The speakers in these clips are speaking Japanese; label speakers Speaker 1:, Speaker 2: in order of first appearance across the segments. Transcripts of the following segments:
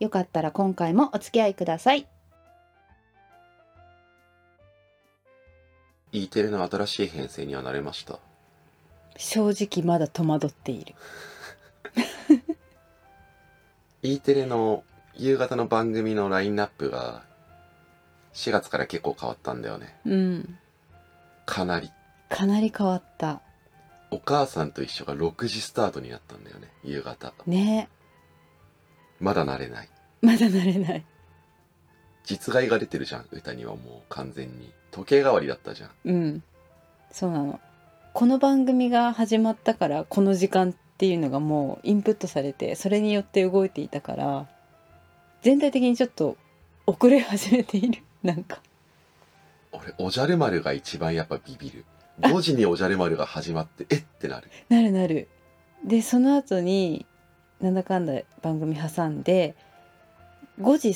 Speaker 1: よかったら今回もお付き合いください
Speaker 2: E テレの新しい編成には慣れました
Speaker 3: 正直まだ戸惑っている
Speaker 2: E テレの夕方の番組のラインナップが4月から結構変わったんだよね
Speaker 3: うん
Speaker 2: かなり
Speaker 3: かなり変わった
Speaker 2: お母さんと一緒が6時スタートになったんだよね夕方
Speaker 3: ね
Speaker 2: まだ慣れない
Speaker 3: まだ慣れない
Speaker 2: 実害が出てるじゃん歌にはもう完全に時計代わりだったじゃん
Speaker 3: うんそうなのこの番組が始まったからこの時間っていうのがもうインプットされてそれによって動いていたから全体的にちょっと遅れ始めているなんか
Speaker 2: 俺おじゃる丸が一番やっぱビビる5時におじゃる丸が始まってえってなる
Speaker 3: なるなるでその後になんだかんだ番組挟んで5時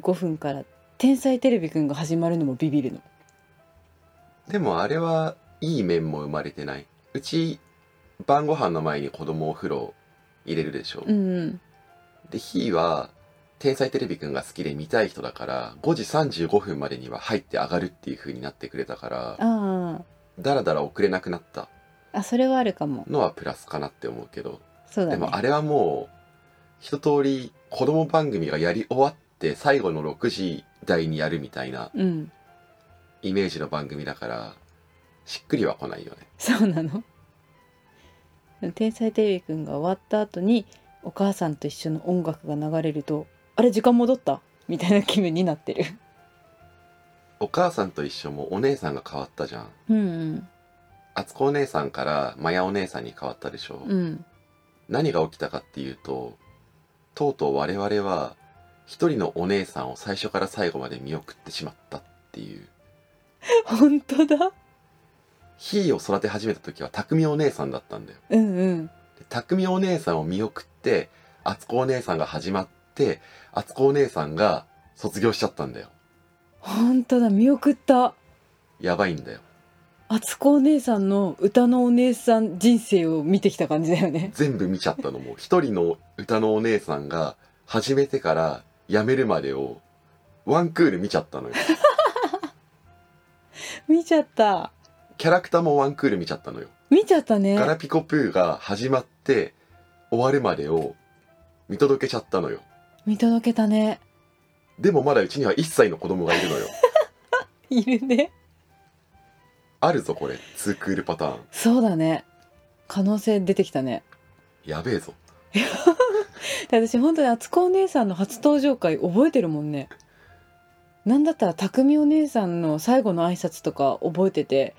Speaker 3: 35分から「天才テレビくん」が始まるのもビビるの
Speaker 2: でもあれはいい面も生まれてないうち晩ご飯の前に子供お風呂入れるでしょ、
Speaker 3: うん
Speaker 2: でひーは天才テレビくんが好きで見たい人だから5時35分までには入って上がるっていう風になってくれたから
Speaker 3: あ
Speaker 2: だらだら遅れなくなった
Speaker 3: ああそれはあるかも
Speaker 2: のはプラスかなって思うけど
Speaker 3: そうだ
Speaker 2: で
Speaker 3: ね
Speaker 2: もあれはもう一通り子供番組がやり終わって最後の6時台にやるみたいな
Speaker 3: うん
Speaker 2: イメージの番組だからしっくりは来ないよね
Speaker 3: そうなの天才テレビくんが終わった後にお母さんと一緒の音楽が流れるとあれ時間戻ったみたいな気分になってる
Speaker 2: お母さんと一緒もお姉さんが変わったじゃん
Speaker 3: うん
Speaker 2: あつこお姉さんからまやお姉さんに変わったでしょ、
Speaker 3: うんうん
Speaker 2: 何が起きたかっていうととうとう我々は一人のお姉さんを最初から最後まで見送ってしまったっていう
Speaker 3: 本当だ
Speaker 2: ひーを育て始めた時はたくみお姉さんだったんだよ
Speaker 3: うんうん
Speaker 2: でたくみお姉さんを見送ってあつこお姉さんが始まってあつこお姉さんが卒業しちゃったんだよ
Speaker 3: 本当だ見送った
Speaker 2: やばいんだよ
Speaker 3: あつこお姉さんの歌のお姉さん人生を見てきた感じだよね
Speaker 2: 全部見ちゃったのも一人の歌のお姉さんが始めてから辞めるまでをワンクール見ちゃったのよ
Speaker 3: 見ちゃった
Speaker 2: キャラクターもワンクール見ちゃったのよ
Speaker 3: 見ちゃったね
Speaker 2: ガラピコプーが始まって終わるまでを見届けちゃったのよ
Speaker 3: 見届けたね
Speaker 2: でもまだうちには1歳の子供がいるのよ
Speaker 3: いるね
Speaker 2: あるぞこれツークールパターン
Speaker 3: そうだね可能性出てきたね
Speaker 2: やべえぞ
Speaker 3: で私本当に敦子お姉さんの初登場回覚えてるもんねなんだったら匠お姉さんの最後の挨拶とか覚えてて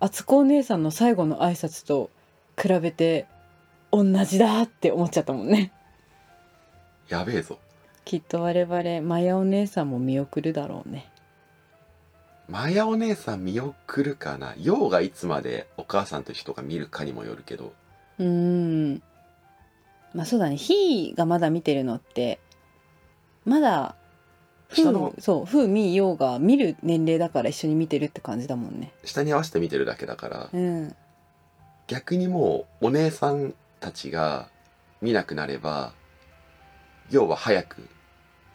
Speaker 3: 敦子お姉さんの最後の挨拶と比べて同じだって思っちゃったもんね
Speaker 2: やべえぞ
Speaker 3: きっと我々マヤお姉さんも見送るだろうね
Speaker 2: マヤお姉さん見送るかなヨウがいつまでお母さんと一緒とか見るかにもよるけど
Speaker 3: うーんまあそうだねひーがまだ見てるのってまだふ
Speaker 2: 下の
Speaker 3: うそうふうみーようが見る年齢だから一緒に見てるって感じだもんね
Speaker 2: 下に合わせて見てるだけだから
Speaker 3: うん
Speaker 2: 逆にもうお姉さんたちが見なくなれば要は早く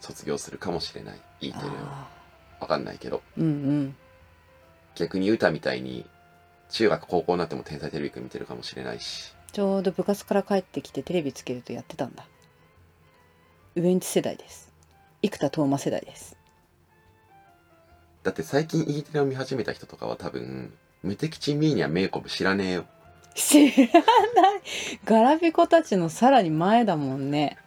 Speaker 2: 卒業するかもしれない E テレは
Speaker 3: あ
Speaker 2: わかんないけど
Speaker 3: ーうんうん
Speaker 2: 逆に歌みたいに中学高校になっても「天才テレビくん」見てるかもしれないし
Speaker 3: ちょうど部活から帰ってきてテレビつけるとやってたんだウエンツ世代です生田斗真世代です
Speaker 2: だって最近 E テレを見始めた人とかは多分無敵地ミーニャメイコブ知らねえよ
Speaker 3: 知らないガラピコたちのさらに前だもんね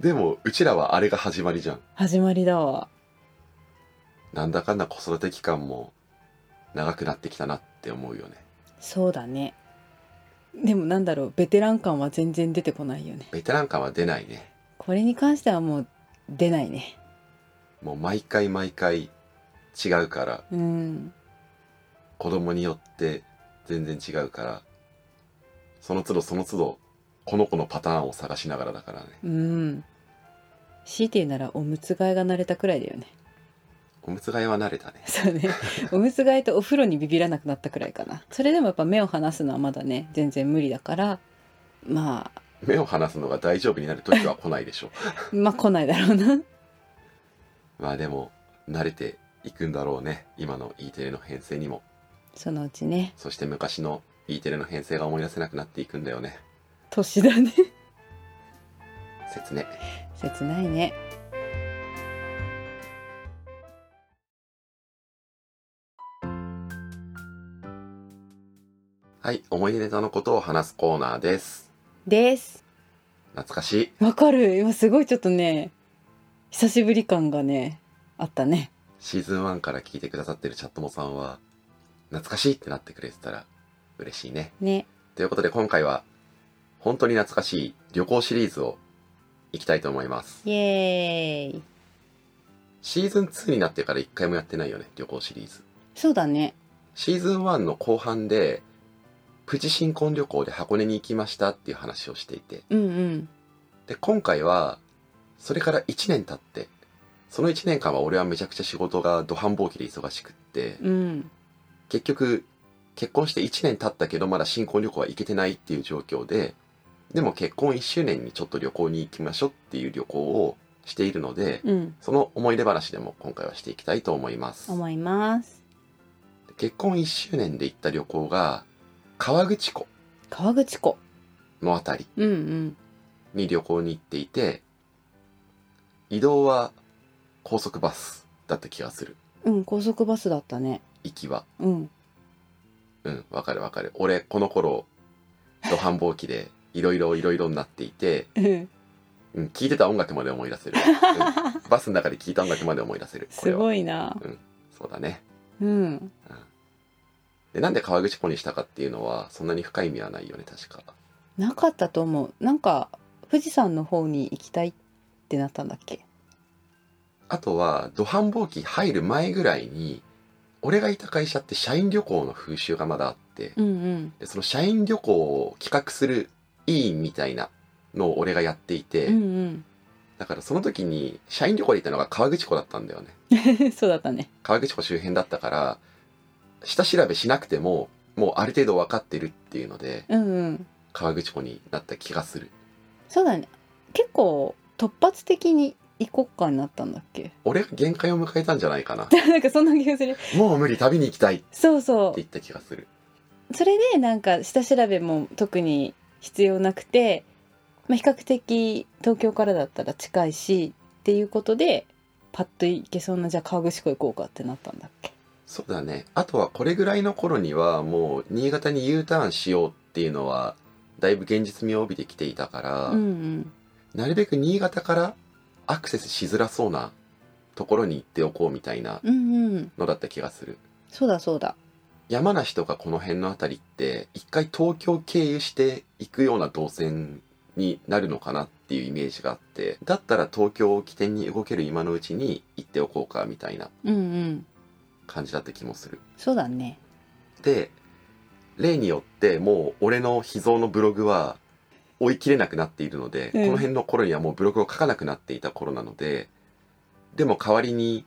Speaker 2: でもうちらはあれが始まりじゃん
Speaker 3: 始まりだわ
Speaker 2: なんだかんだ子育て期間も長くなってきたなって思うよね
Speaker 3: そうだねでもなんだろうベテラン感は全然出てこないよね
Speaker 2: ベテラン感は出ないね
Speaker 3: これに関してはもう出ないね
Speaker 2: もう毎回毎回違うから
Speaker 3: うん
Speaker 2: 子供によって全然違うからその都度その都度この子のパターンを探しながらだからね
Speaker 3: うん強いて言うならおむつ替えが慣れたくらいだよね
Speaker 2: おむつ替えは慣れたね
Speaker 3: そうねおむつ替えとお風呂にビビらなくなったくらいかなそれでもやっぱ目を離すのはまだね全然無理だからまあ
Speaker 2: 目を離すのが大丈夫になる時は来ないでしょう
Speaker 3: まあ来ないだろうな
Speaker 2: まあでも慣れていくんだろうね今の E テレの編成にも
Speaker 3: そのうちね
Speaker 2: そして昔の E テレの編成が思い出せなくなっていくんだよね
Speaker 3: 年だね
Speaker 2: 説明
Speaker 3: 切ないね
Speaker 2: はい思い出ネタのことを話すコーナーです
Speaker 3: です
Speaker 2: 懐かしい
Speaker 3: わかる今すごいちょっとね久しぶり感がねあったね
Speaker 2: シーズン1から聞いてくださってるチャットモさんは懐かしいってなってくれてたら嬉しいね
Speaker 3: ね
Speaker 2: ということで今回は本当に懐かしい旅行シリーズをいきたいと思います
Speaker 3: イエーイ
Speaker 2: シーズン2になってから一回もやってないよね旅行シリーズ
Speaker 3: そうだね
Speaker 2: シーズン1の後半でプチ新婚旅行で箱根に行きましたっていう話をしていて
Speaker 3: うんうん
Speaker 2: で今回はそれから1年経ってその1年間は俺はめちゃくちゃ仕事がド繁忙期で忙しくって
Speaker 3: うん
Speaker 2: 結局結婚して1年経ったけどまだ新婚旅行は行けてないっていう状況ででも結婚1周年にちょっと旅行に行きましょうっていう旅行をしているので
Speaker 3: うん
Speaker 2: その思い出話でも今回はしていきたいと思います
Speaker 3: 思います
Speaker 2: 結婚1周年で行った旅行が河口湖
Speaker 3: 川口湖
Speaker 2: のあたり
Speaker 3: うんうん
Speaker 2: に旅行に行っていて移動は高速バスだった気がする
Speaker 3: うん高速バスだったね
Speaker 2: 行きは
Speaker 3: うん
Speaker 2: うん、わかるわかる。俺、この頃、ド繁忙期で、いろいろいろいろになっていて、うん、聞いてた音楽まで思い出 せる、うんバスの中で聞いた音楽まで思い出せる。こ
Speaker 3: す
Speaker 2: れは。
Speaker 3: ごいな
Speaker 2: そうだね。
Speaker 3: うん
Speaker 2: で、なんで川口湖にしたかっていうのは、そんなに深い意味はないよね、確か。
Speaker 3: なかったと思うなんか富士山の方に行きたいってなったんだっけ
Speaker 2: あとは、ド繁忙期入る前ぐらいに、俺がいた会社って社員旅行の風習がまだあって、
Speaker 3: うんうん
Speaker 2: でその社員旅行を企画する委員みたいなのを俺がやっていて、
Speaker 3: うん
Speaker 2: だからその時に社員旅行で行ったのが川口湖だったんだよね。
Speaker 3: うん そうだったね
Speaker 2: 河口湖周辺だったから下調べしなくてももうある程度分かってるっていうので
Speaker 3: うんうん
Speaker 2: 河口湖になった気がする
Speaker 3: そうだね結構突発的に行こっかになったんだっけ
Speaker 2: 俺が限界を迎えたんじゃないか な
Speaker 3: なんかそんな気がする
Speaker 2: もう無理旅に行きたいって
Speaker 3: そうそ
Speaker 2: 言った気がする
Speaker 3: うそれでなんか下調べも特に必要なくて、まあ、比較的東京からだったら近いしっていうことでパッと行けそうなじゃあ河口湖行こうかってなったんだっけ
Speaker 2: そうだねあとはこれぐらいの頃にはもう新潟に U ターンしようっていうのはだいぶ現実味を帯びてきていたから、
Speaker 3: うんうん
Speaker 2: なるべく新潟からアクセスしづらそうなところに行っておこうみたいな
Speaker 3: うんうん
Speaker 2: のだった気がする
Speaker 3: そうだそうだ
Speaker 2: 山梨とかこの辺のあたりって一回東京経由していくような動線になるのかなっていうイメージがあってだったら東京を起点に動ける今のうちに行っておこうかみたいな
Speaker 3: うんうん
Speaker 2: 感じだった気もする
Speaker 3: そうだね
Speaker 2: で例によってもう俺の秘蔵のブログは追い切れなくなっているので、
Speaker 3: うん
Speaker 2: この辺の頃にはもうブログを書かなくなっていた頃なのででも代わりに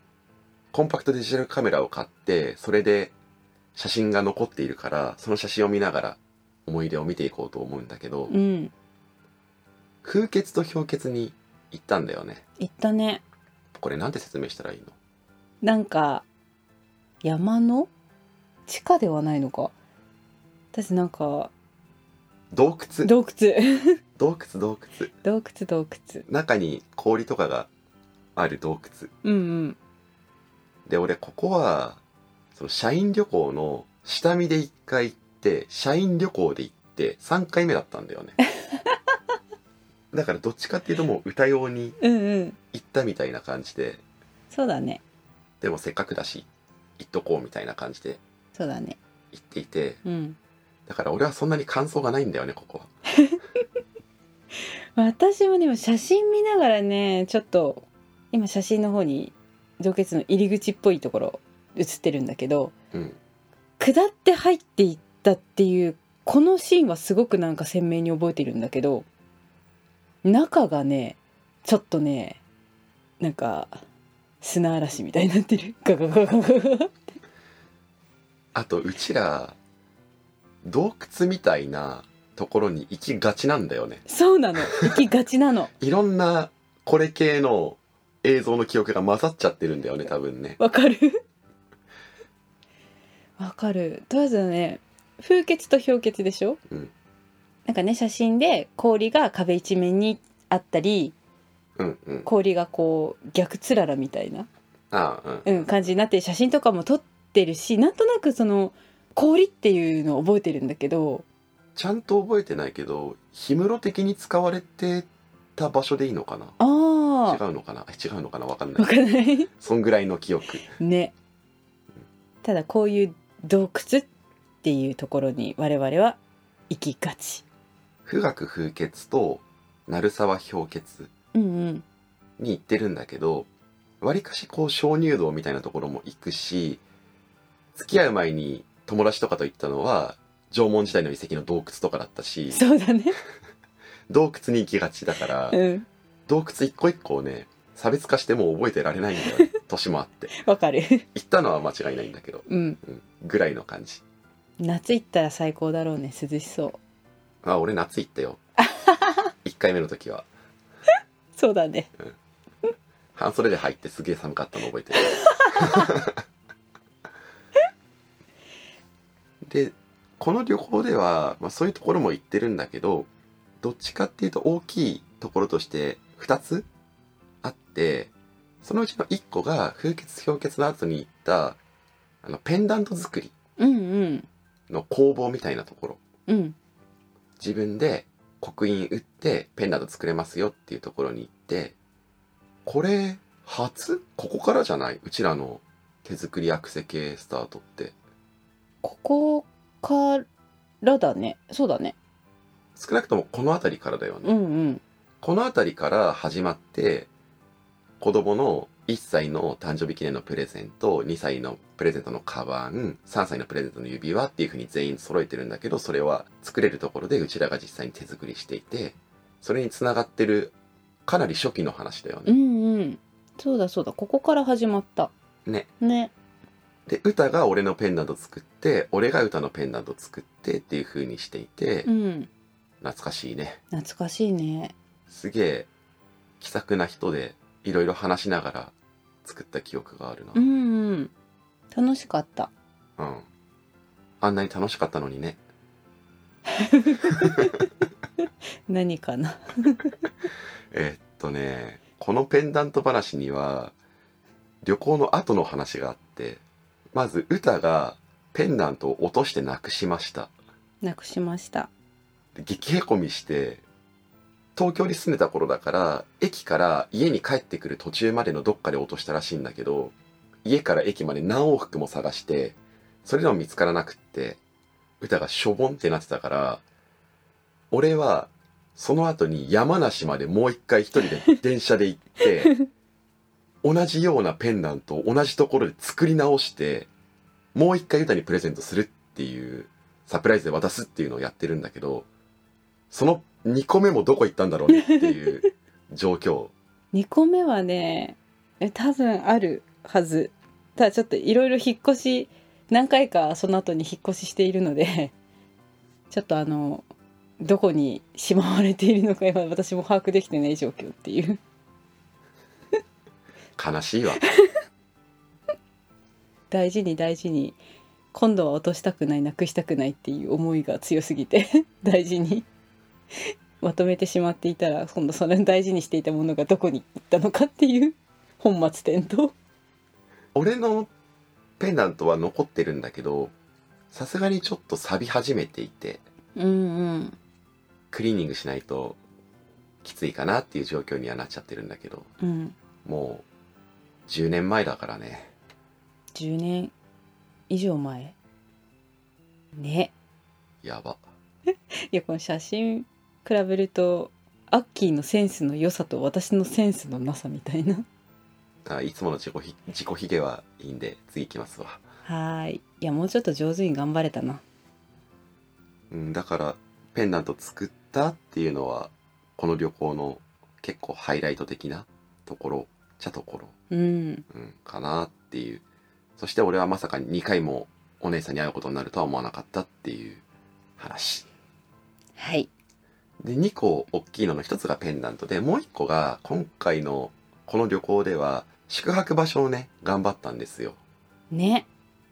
Speaker 2: コンパクトデジタルカメラを買ってそれで写真が残っているからその写真を見ながら思い出を見ていこうと思うんだけど、
Speaker 3: うん
Speaker 2: 空血と氷血に行ったんだよね
Speaker 3: 行ったね
Speaker 2: これなんて説明したらいいの
Speaker 3: なんか山の地下ではないのか私なんか
Speaker 2: 洞窟
Speaker 3: 洞 窟
Speaker 2: 洞窟洞窟
Speaker 3: 洞窟洞窟
Speaker 2: 中に氷とかがある洞窟
Speaker 3: うんうん
Speaker 2: で俺ここはその社員旅行の下見で1回行って社員旅行で行って3回目だったんだよねだからどっちかっていうともう歌用に
Speaker 3: うんうん
Speaker 2: 行ったみたいな感じで
Speaker 3: そうだね
Speaker 2: でもせっかくだし行っとこうみたいな感じで
Speaker 3: そうだね
Speaker 2: 行っていて
Speaker 3: うん
Speaker 2: だから俺はそんなに感想がないんだよねここは
Speaker 3: 私もでも写真見ながらねちょっと今写真の方に造血の入り口っぽいところ写ってるんだけど
Speaker 2: うん
Speaker 3: 下って入っていったっていうこのシーンはすごくなんか鮮明に覚えてるんだけど中がねちょっとねなんか砂嵐みたいになってるガガガガガガ
Speaker 2: あとうちら洞窟みたいなところに行きがちなんだよね
Speaker 3: そうなの行きがちなの
Speaker 2: いろんなこれ系の映像の記憶が混ざっちゃってるんだよね多分ね
Speaker 3: わかる わかるとりあえずね風穴と氷穴でしょ、
Speaker 2: うん
Speaker 3: なんかね写真で氷が壁一面にあったり
Speaker 2: うんうん
Speaker 3: 氷がこう逆つららみたいな、
Speaker 2: ああうん
Speaker 3: うん、感じになって写真とかも撮ってるしなんとなくその氷っていうのを覚えてるんだけど
Speaker 2: ちゃんと覚えてないけど氷室的に使われてた場所でいいのかな
Speaker 3: あ
Speaker 2: 違
Speaker 3: あ
Speaker 2: うのかな 違うのかなわかん
Speaker 3: わ
Speaker 2: ない
Speaker 3: かんない
Speaker 2: そんぐらいの記憶
Speaker 3: ねただこういう洞窟っていうところに我々は行きがち
Speaker 2: 富岳風穴と鳴沢氷穴
Speaker 3: うんうん
Speaker 2: に行ってるんだけどわりかしこう鍾乳洞みたいなところも行くし付き合う前に友達とかと行ったのは縄文時代の遺跡の洞窟とかだったし
Speaker 3: そうだね。
Speaker 2: 洞窟に行きがちだから
Speaker 3: うん、
Speaker 2: 洞窟一個一個をね差別化してもう覚えてられないんだよね年もあって
Speaker 3: わかる。
Speaker 2: 行ったのは間違いないんだけど、
Speaker 3: うん、
Speaker 2: うん、ぐらいの感じ
Speaker 3: 夏行ったら最高だろうね。涼しそう。
Speaker 2: あ俺夏行ったよ1回目の時は
Speaker 3: そうだね。
Speaker 2: 半袖で入ってすげえ寒かったの覚えてるでこの旅行では、まあ、そういうところも行ってるんだけどどっちかっていうと大きいところとして2つあってそのうちの1個が風穴氷穴の後に行ったあのペンダント作り
Speaker 3: うんうん
Speaker 2: の工房みたいなところ
Speaker 3: うん
Speaker 2: 自分で刻印打ってペンダント作れますよっていうところに行ってこれ初ここからじゃないうちらの手作りアクセ系スタートって
Speaker 3: ここからだね。そうだね。
Speaker 2: 少なくともこの辺りからだよね、
Speaker 3: うんうん
Speaker 2: この辺りから始まって子供の1歳の誕生日記念のプレゼント2歳のプレゼントのカバン3歳のプレゼントの指輪っていうふうに全員揃えてるんだけどそれは作れるところでうちらが実際に手作りしていてそれにつながってるかなり初期の話だよね、
Speaker 3: うんうん。そうだそうだ。ここから始まった。
Speaker 2: ね。
Speaker 3: ね。
Speaker 2: で歌が俺のペンダント作って俺が歌のペンダント作ってっていう風にしていて、
Speaker 3: うん。
Speaker 2: 懐かしいね
Speaker 3: 懐かしいね。
Speaker 2: すげえ気さくな人でいろいろ話しながら作った記憶があるな
Speaker 3: う、んうん。楽しかった。
Speaker 2: うんあんなに楽しかったのにね
Speaker 3: 何かな。
Speaker 2: えーっとねこのペンダント話には旅行の後の話があってまず歌がペンダントを落としてなくしました
Speaker 3: なくしました。
Speaker 2: で激へこみして東京に住んでた頃だから駅から家に帰ってくる途中までのどっかで落としたらしいんだけど家から駅まで何往復も探してそれでも見つからなくって歌がしょぼんってなってたから俺はその後に山梨までもう一回一人で電車で行って同じようなペンダントを同じところで作り直してもう一回歌にプレゼントするっていうサプライズで渡すっていうのをやってるんだけどその2個目もどこ行ったんだろうねっていう状況
Speaker 3: 2個目はねえ多分あるはずただちょっといろいろ引っ越し何回かその後に引っ越ししているので ちょっとあのどこにしまわれているのか今私も把握できてない状況っていう
Speaker 2: 悲しいわ
Speaker 3: 大事に大事に今度は落としたくないなくしたくないっていう思いが強すぎて 大事にまとめてしまっていたら今度その大事にしていたものがどこに行ったのかっていう本末転倒
Speaker 2: 俺のペンダントは残ってるんだけどさすがにちょっと錆び始めていて
Speaker 3: うんうん
Speaker 2: クリーニングしないときついかなっていう状況にはなっちゃってるんだけど
Speaker 3: うん
Speaker 2: もう10年前だからね
Speaker 3: 10年以上前ね
Speaker 2: やば
Speaker 3: いやこの写真比べるとアッキーのセンスの良さと私のセンスのなさみたいな
Speaker 2: あいつもの自己ひ自己ひげはいいんで次行きますわ、
Speaker 3: はーいいやもうちょっと上手に頑張れたな
Speaker 2: うん、だからペンダント作ったっていうのはこの旅行の結構ハイライト的なところちゃところ、
Speaker 3: うん
Speaker 2: うん、かなっていうそして俺はまさか2回もお姉さんに会うことになるとは思わなかったっていう話
Speaker 3: はい
Speaker 2: で2個大きいのの1つがペンダントでもう1個が今回のこの旅行では宿泊場所をね頑張ったんですよ
Speaker 3: ね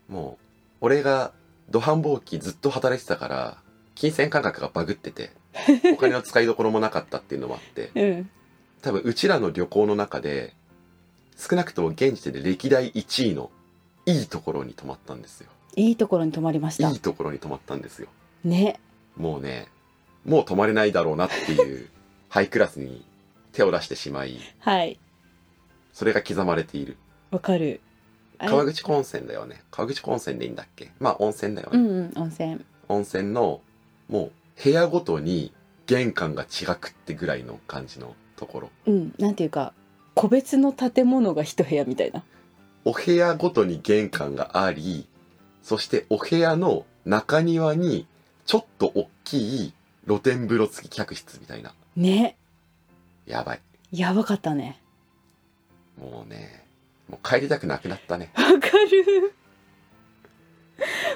Speaker 2: もう俺が土繁忙期ずっと働いてたから金銭感覚がバグっててお金の使いどころもなかったっていうのもあって
Speaker 3: うん
Speaker 2: 多分うちらの旅行の中で少なくとも現時点で歴代1位のいいところに泊まったんですよ
Speaker 3: いいところに泊まりました
Speaker 2: いいところに泊まったんですよ
Speaker 3: ね
Speaker 2: もうねもう泊まれないだろうなって いうハイクラスに手を出してしまい
Speaker 3: はい
Speaker 2: それが刻まれている
Speaker 3: わかるあれ
Speaker 2: 川口湖温泉だよね川口湖温泉でいいんだっけまあ温泉だよね、
Speaker 3: うんうん温泉
Speaker 2: 温泉のもう部屋ごとに玄関が違くってぐらいの感じのところ
Speaker 3: うんなんていうか個別の建物が一部屋みたいな
Speaker 2: お部屋ごとに玄関がありそしてお部屋の中庭にちょっと大きい露天風呂付き客室みたいな
Speaker 3: ね
Speaker 2: やばい
Speaker 3: やばかったね
Speaker 2: もうねもう帰りたくなくなったね
Speaker 3: わかる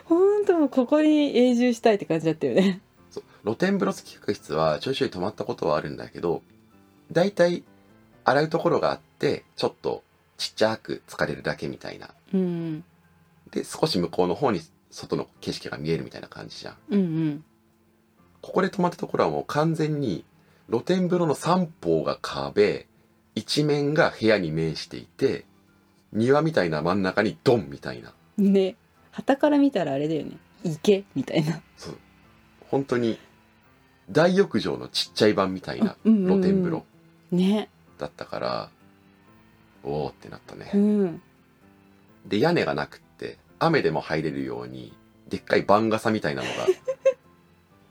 Speaker 3: ほんともうここに永住したいって感じだったよね
Speaker 2: そう露天風呂付き客室はちょいちょい泊まったことはあるんだけどだいたい洗うところがあってちょっとちっちゃく疲れるだけみたいな
Speaker 3: うん
Speaker 2: で少し向こうの方に外の景色が見えるみたいな感じじゃん
Speaker 3: うんうん
Speaker 2: ここで泊まったところはもう完全に露天風呂の三方が壁一面が部屋に面していて庭みたいな真ん中にドンみたいな
Speaker 3: ね旗から見たらあれだよね池みたいな
Speaker 2: そう本当に大浴場のちっちゃい版みたいな
Speaker 3: うんうんうん
Speaker 2: 露天風呂
Speaker 3: ね
Speaker 2: だったから、おーってなったね
Speaker 3: うん
Speaker 2: で屋根がなくって雨でも入れるようにでっかい番傘みたいなの が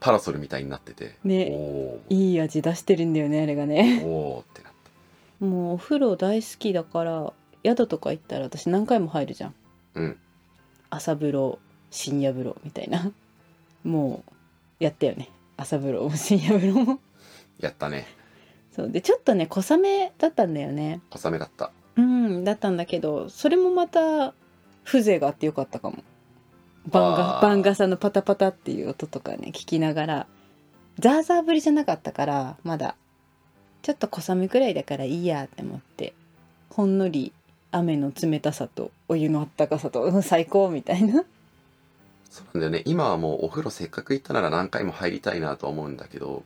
Speaker 2: パラソルみたいになってて、
Speaker 3: ね
Speaker 2: おー
Speaker 3: いい味出してるんだよねあれがね
Speaker 2: おーってなった
Speaker 3: もうお風呂大好きだから宿とか行ったら私何回も入るじゃん
Speaker 2: うん
Speaker 3: 朝風呂深夜風呂みたいなもうやったよね朝風呂も深夜風呂も
Speaker 2: やったね
Speaker 3: そうでちょっとね小雨だったんだよね
Speaker 2: 小雨だった
Speaker 3: うんだったんだけどそれもまた風情があってよかったかも番が
Speaker 2: あー
Speaker 3: 番傘のパタパタっていう音とかね聞きながらザーザーぶりじゃなかったからまだちょっと小雨くらいだからいいやって思ってほんのり雨の冷たさとお湯のあったかさとうん最高みたいな
Speaker 2: そうなんだよね今はもうお風呂せっかく行ったなら何回も入りたいなとは思うんだけど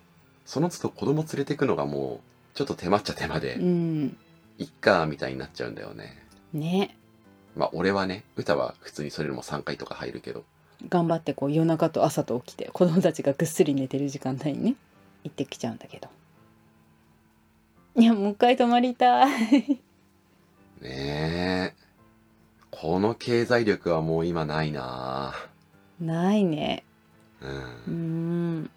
Speaker 2: その都度子供連れてくのがもうちょっと手間っちゃ手間で、
Speaker 3: うん
Speaker 2: いっかみたいになっちゃうんだよね
Speaker 3: ね
Speaker 2: まあ俺はね歌は普通にそれでも3回とか入るけど
Speaker 3: 頑張ってこう夜中と朝と起きて子供たちがぐっすり寝てる時間帯にね行ってきちゃうんだけどいやもう一回泊まりたい
Speaker 2: ねえこの経済力はもう今ないな
Speaker 3: ないね
Speaker 2: あう
Speaker 3: うー
Speaker 2: ん
Speaker 3: ん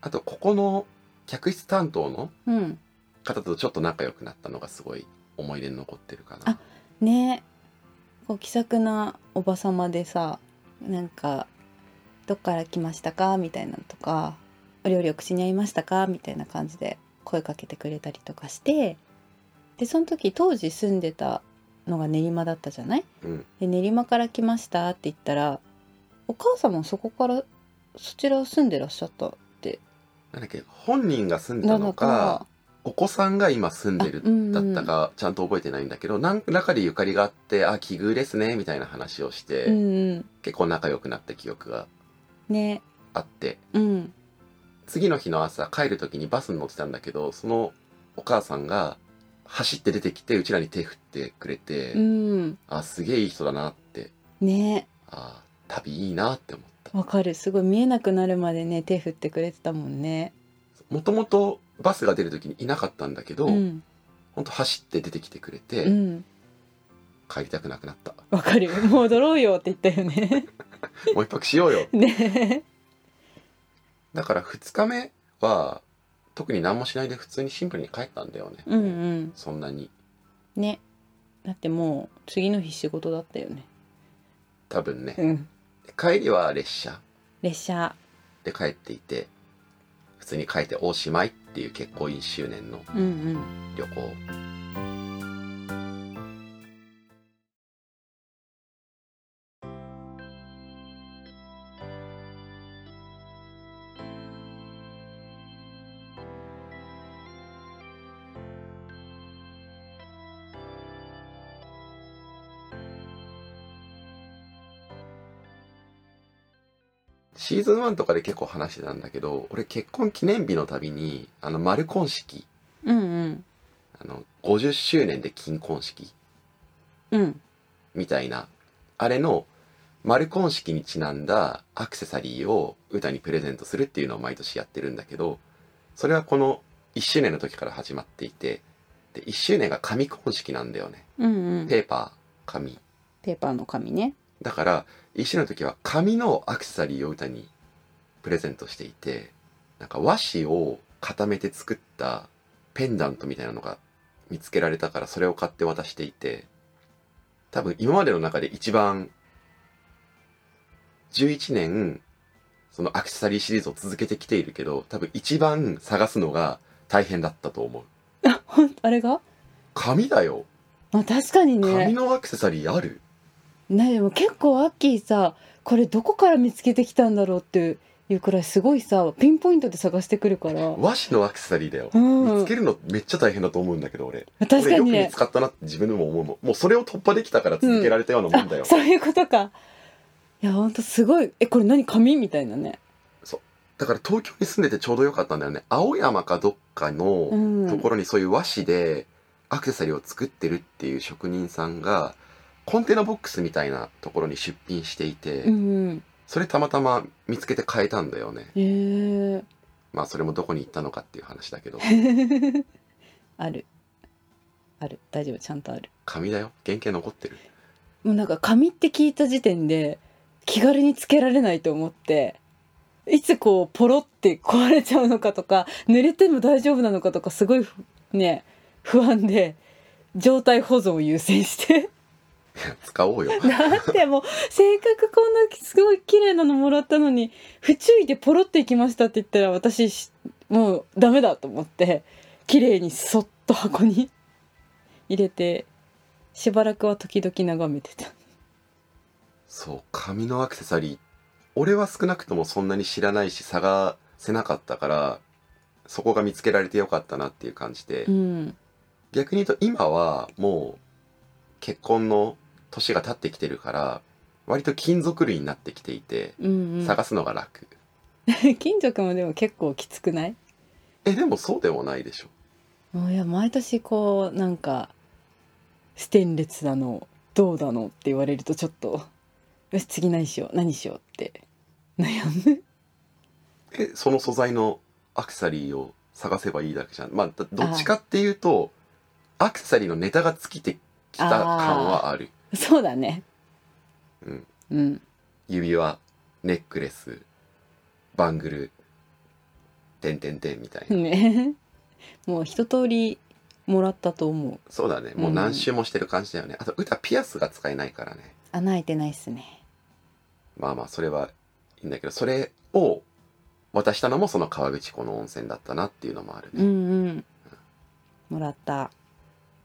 Speaker 2: あとここの客室担当の
Speaker 3: うん
Speaker 2: 方とちょっと仲良くなったのがすごい思い出に残ってるかな
Speaker 3: あねこう気さくなおばさまでさなんか「どっから来ましたか?」みたいなのとか「お料理お口に合いましたか?」みたいな感じで声かけてくれたりとかしてでその時当時住んでたのが練馬だったじゃない
Speaker 2: うん
Speaker 3: で練馬から来ましたって言ったら「お母様そこからそちら住んでらっしゃった」って
Speaker 2: なんだっけ本人が住んでたのかお子さんが今住んでる
Speaker 3: あうんうん
Speaker 2: だったかちゃんと覚えてないんだけどなん中でゆかりがあってあ奇遇ですねみたいな話をして、
Speaker 3: うんうん
Speaker 2: 結構仲良くなった記憶が
Speaker 3: ね
Speaker 2: あって
Speaker 3: うん
Speaker 2: 次の日の朝帰る時にバスに乗ってたんだけどそのお母さんが走って出てきてうちらに手振ってくれて、
Speaker 3: うん
Speaker 2: あすげえいい人だなって
Speaker 3: ね
Speaker 2: あ旅いいなって思った
Speaker 3: わかるすごい見えなくなるまでね手振ってくれてたもんね
Speaker 2: もともとバスが出る時にいなかったんだけど、
Speaker 3: ん
Speaker 2: ほんと走って出てきてくれて、
Speaker 3: うん
Speaker 2: 帰りたくなくなった
Speaker 3: わかる戻ろうよって言ったよ ね
Speaker 2: もう一泊しようよ
Speaker 3: ね
Speaker 2: だから2日目は特に何もしないで普通にシンプルに帰ったんだよね、
Speaker 3: うんうん
Speaker 2: そんなに
Speaker 3: ねだってもう次の日仕事だったよね
Speaker 2: 多分ね、
Speaker 3: うん
Speaker 2: 帰りは列車
Speaker 3: 列車
Speaker 2: で帰っていて普通に帰っておしまいっていう結婚1周年の
Speaker 3: うんうん
Speaker 2: 旅行シーズン1とかで結構話してたんだけど俺結婚記念日のたびにあの丸婚式
Speaker 3: うんうん
Speaker 2: あの50周年で金婚式
Speaker 3: うん
Speaker 2: みたいなあれの丸婚式にちなんだアクセサリーを歌にプレゼントするっていうのを毎年やってるんだけどそれはこの1周年の時から始まっていてで1周年が紙婚式なんだよね
Speaker 3: うんうん
Speaker 2: ペーパー紙
Speaker 3: ペーパーの紙ね
Speaker 2: だから1周年の時は紙のアクセサリーを歌にプレゼントしていてなんか和紙を固めて作ったペンダントみたいなのが見つけられたからそれを買って渡していて多分今までの中で一番11年そのアクセサリーシリーズを続けてきているけど多分一番探すのが大変だったと思う
Speaker 3: あほんあれが
Speaker 2: 紙だよ
Speaker 3: あ確かに
Speaker 2: 紙
Speaker 3: ね
Speaker 2: のアクセサリーある、
Speaker 3: ねでも結構アッキーさこれどこから見つけてきたんだろうっていうくらいすごいさピンポイントで探してくるから
Speaker 2: 和紙のアクセサリーだよ
Speaker 3: うん
Speaker 2: 見つけるのめっちゃ大変だと思うんだけど俺
Speaker 3: 確かに
Speaker 2: 俺よく
Speaker 3: ね
Speaker 2: 見つかったなって自分でも思うもんもうそれを突破できたから続けられたようなもんだよ、
Speaker 3: そういうことかいやほんとすごいえこれ何紙みたいなね
Speaker 2: だから東京に住んでてちょうどよかったんだよね青山かどっか
Speaker 3: う
Speaker 2: の
Speaker 3: ん
Speaker 2: ところにそういう和紙でアクセサリーを作ってるっていう職人さんがコンテナボックスみたいなところに出品していて、
Speaker 3: うんうん
Speaker 2: それたまたま見つけて買えたんだよね
Speaker 3: へえ
Speaker 2: まあそれもどこに行ったのかっていう話だけ ど
Speaker 3: あるある大丈夫ちゃんとある
Speaker 2: 紙だよ原型残ってる
Speaker 3: もうなんか紙って聞いた時点で気軽につけられないと思っていつこうポロって壊れちゃうのかとか濡れても大丈夫なのかとかすごいふね不安で状態保存を優先して
Speaker 2: 使おうよ
Speaker 3: だってもう性格こんなすごい綺麗なのもらったのに不注意でポロっていきましたって言ったら私しもうダメだと思って綺麗にそっと箱に 入れてしばらくは時々眺めてた。
Speaker 2: そう紙のアクセサリー俺は少なくともそんなに知らないし探せなかったからそこが見つけられてよかったなっていう感じで、
Speaker 3: うん
Speaker 2: 逆に言うと今はもう結婚の年が経ってきてるから割と金属類になってきていて
Speaker 3: うんうん、
Speaker 2: 探すのが楽、
Speaker 3: 金属もでも結構きつくない
Speaker 2: えでもそうでもないでしょ
Speaker 3: もういや毎年こうなんかステンレスなのどうだのって言われるとちょっとよし次何しよう何しようって悩む
Speaker 2: えその素材のアクセサリーを探せばいいだけじゃんまあだどっちかっていうとアクセサリーのネタが尽きてきた感はある
Speaker 3: そうだね
Speaker 2: うん、
Speaker 3: うん、
Speaker 2: 指輪ネックレスバングルてんてんてんみたいな、
Speaker 3: ね もう一通りもらったと思う
Speaker 2: そうだねもう何周もしてる感じだよね、あと歌ピアスが使えないからね
Speaker 3: 穴開いてないっすね
Speaker 2: まあまあそれはいいんだけどそれを渡したのもその川口湖の温泉だったなっていうのもある
Speaker 3: う
Speaker 2: ね、
Speaker 3: んうんもらった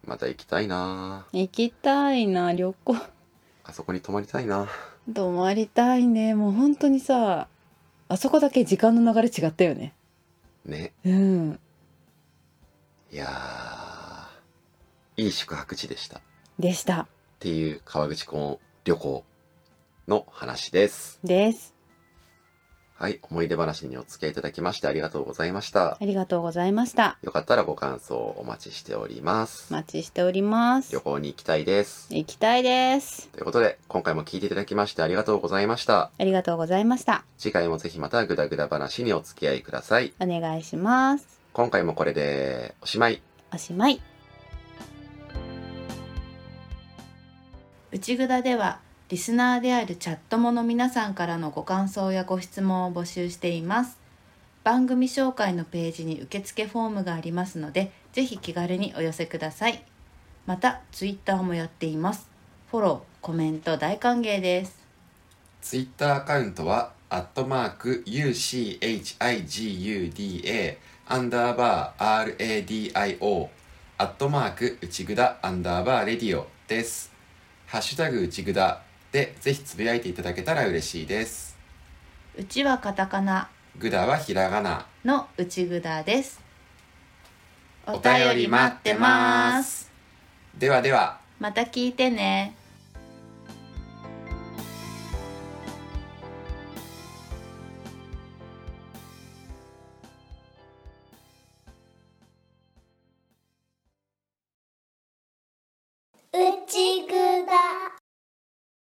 Speaker 2: また行きたいな
Speaker 3: 行きたいな旅行
Speaker 2: あそこに泊まりたいな
Speaker 3: 泊まりたいねもう本当にさあそこだけ時間の流れ違ったよね
Speaker 2: ね
Speaker 3: うん
Speaker 2: いやーいい宿泊地でしたっ
Speaker 3: でした
Speaker 2: ていう川口湖旅行の話です
Speaker 3: です
Speaker 2: はい思い出話にお付き合いいただきましてありがとうございました
Speaker 3: ありがとうございました
Speaker 2: よかったらご感想お待ちしております
Speaker 3: お待ちしております
Speaker 2: 旅行に行きたいです
Speaker 3: 行きたいです
Speaker 2: ということで今回も聞いていただきましてありがとうございました
Speaker 3: ありがとうございました
Speaker 2: 次回もぜひまたグダグダ話にお付き合いください。
Speaker 3: お願いします
Speaker 2: 今回もこれでおしまい。
Speaker 3: おしまい
Speaker 4: 内ぐだではリスナーであるチャットもの皆さんからのご感想やご質問を募集しています番組紹介のページに受付フォームがありますのでぜひ気軽にお寄せくださいまたツイッターもやっていますフォローコメント大歓迎です
Speaker 2: ツイッターアカウントは、アットマーク UCHIGUDA アンダーバー RADIO アットマーク内ぐだアンダーバーレディオです。ハッシュタグ内ぐだでぜひつぶやいていただけたら嬉しいです。
Speaker 4: うちはカタカナ
Speaker 2: ぐだはひらがな。
Speaker 4: の内ぐだです
Speaker 2: お便り待ってますではでは。
Speaker 4: また聞いてね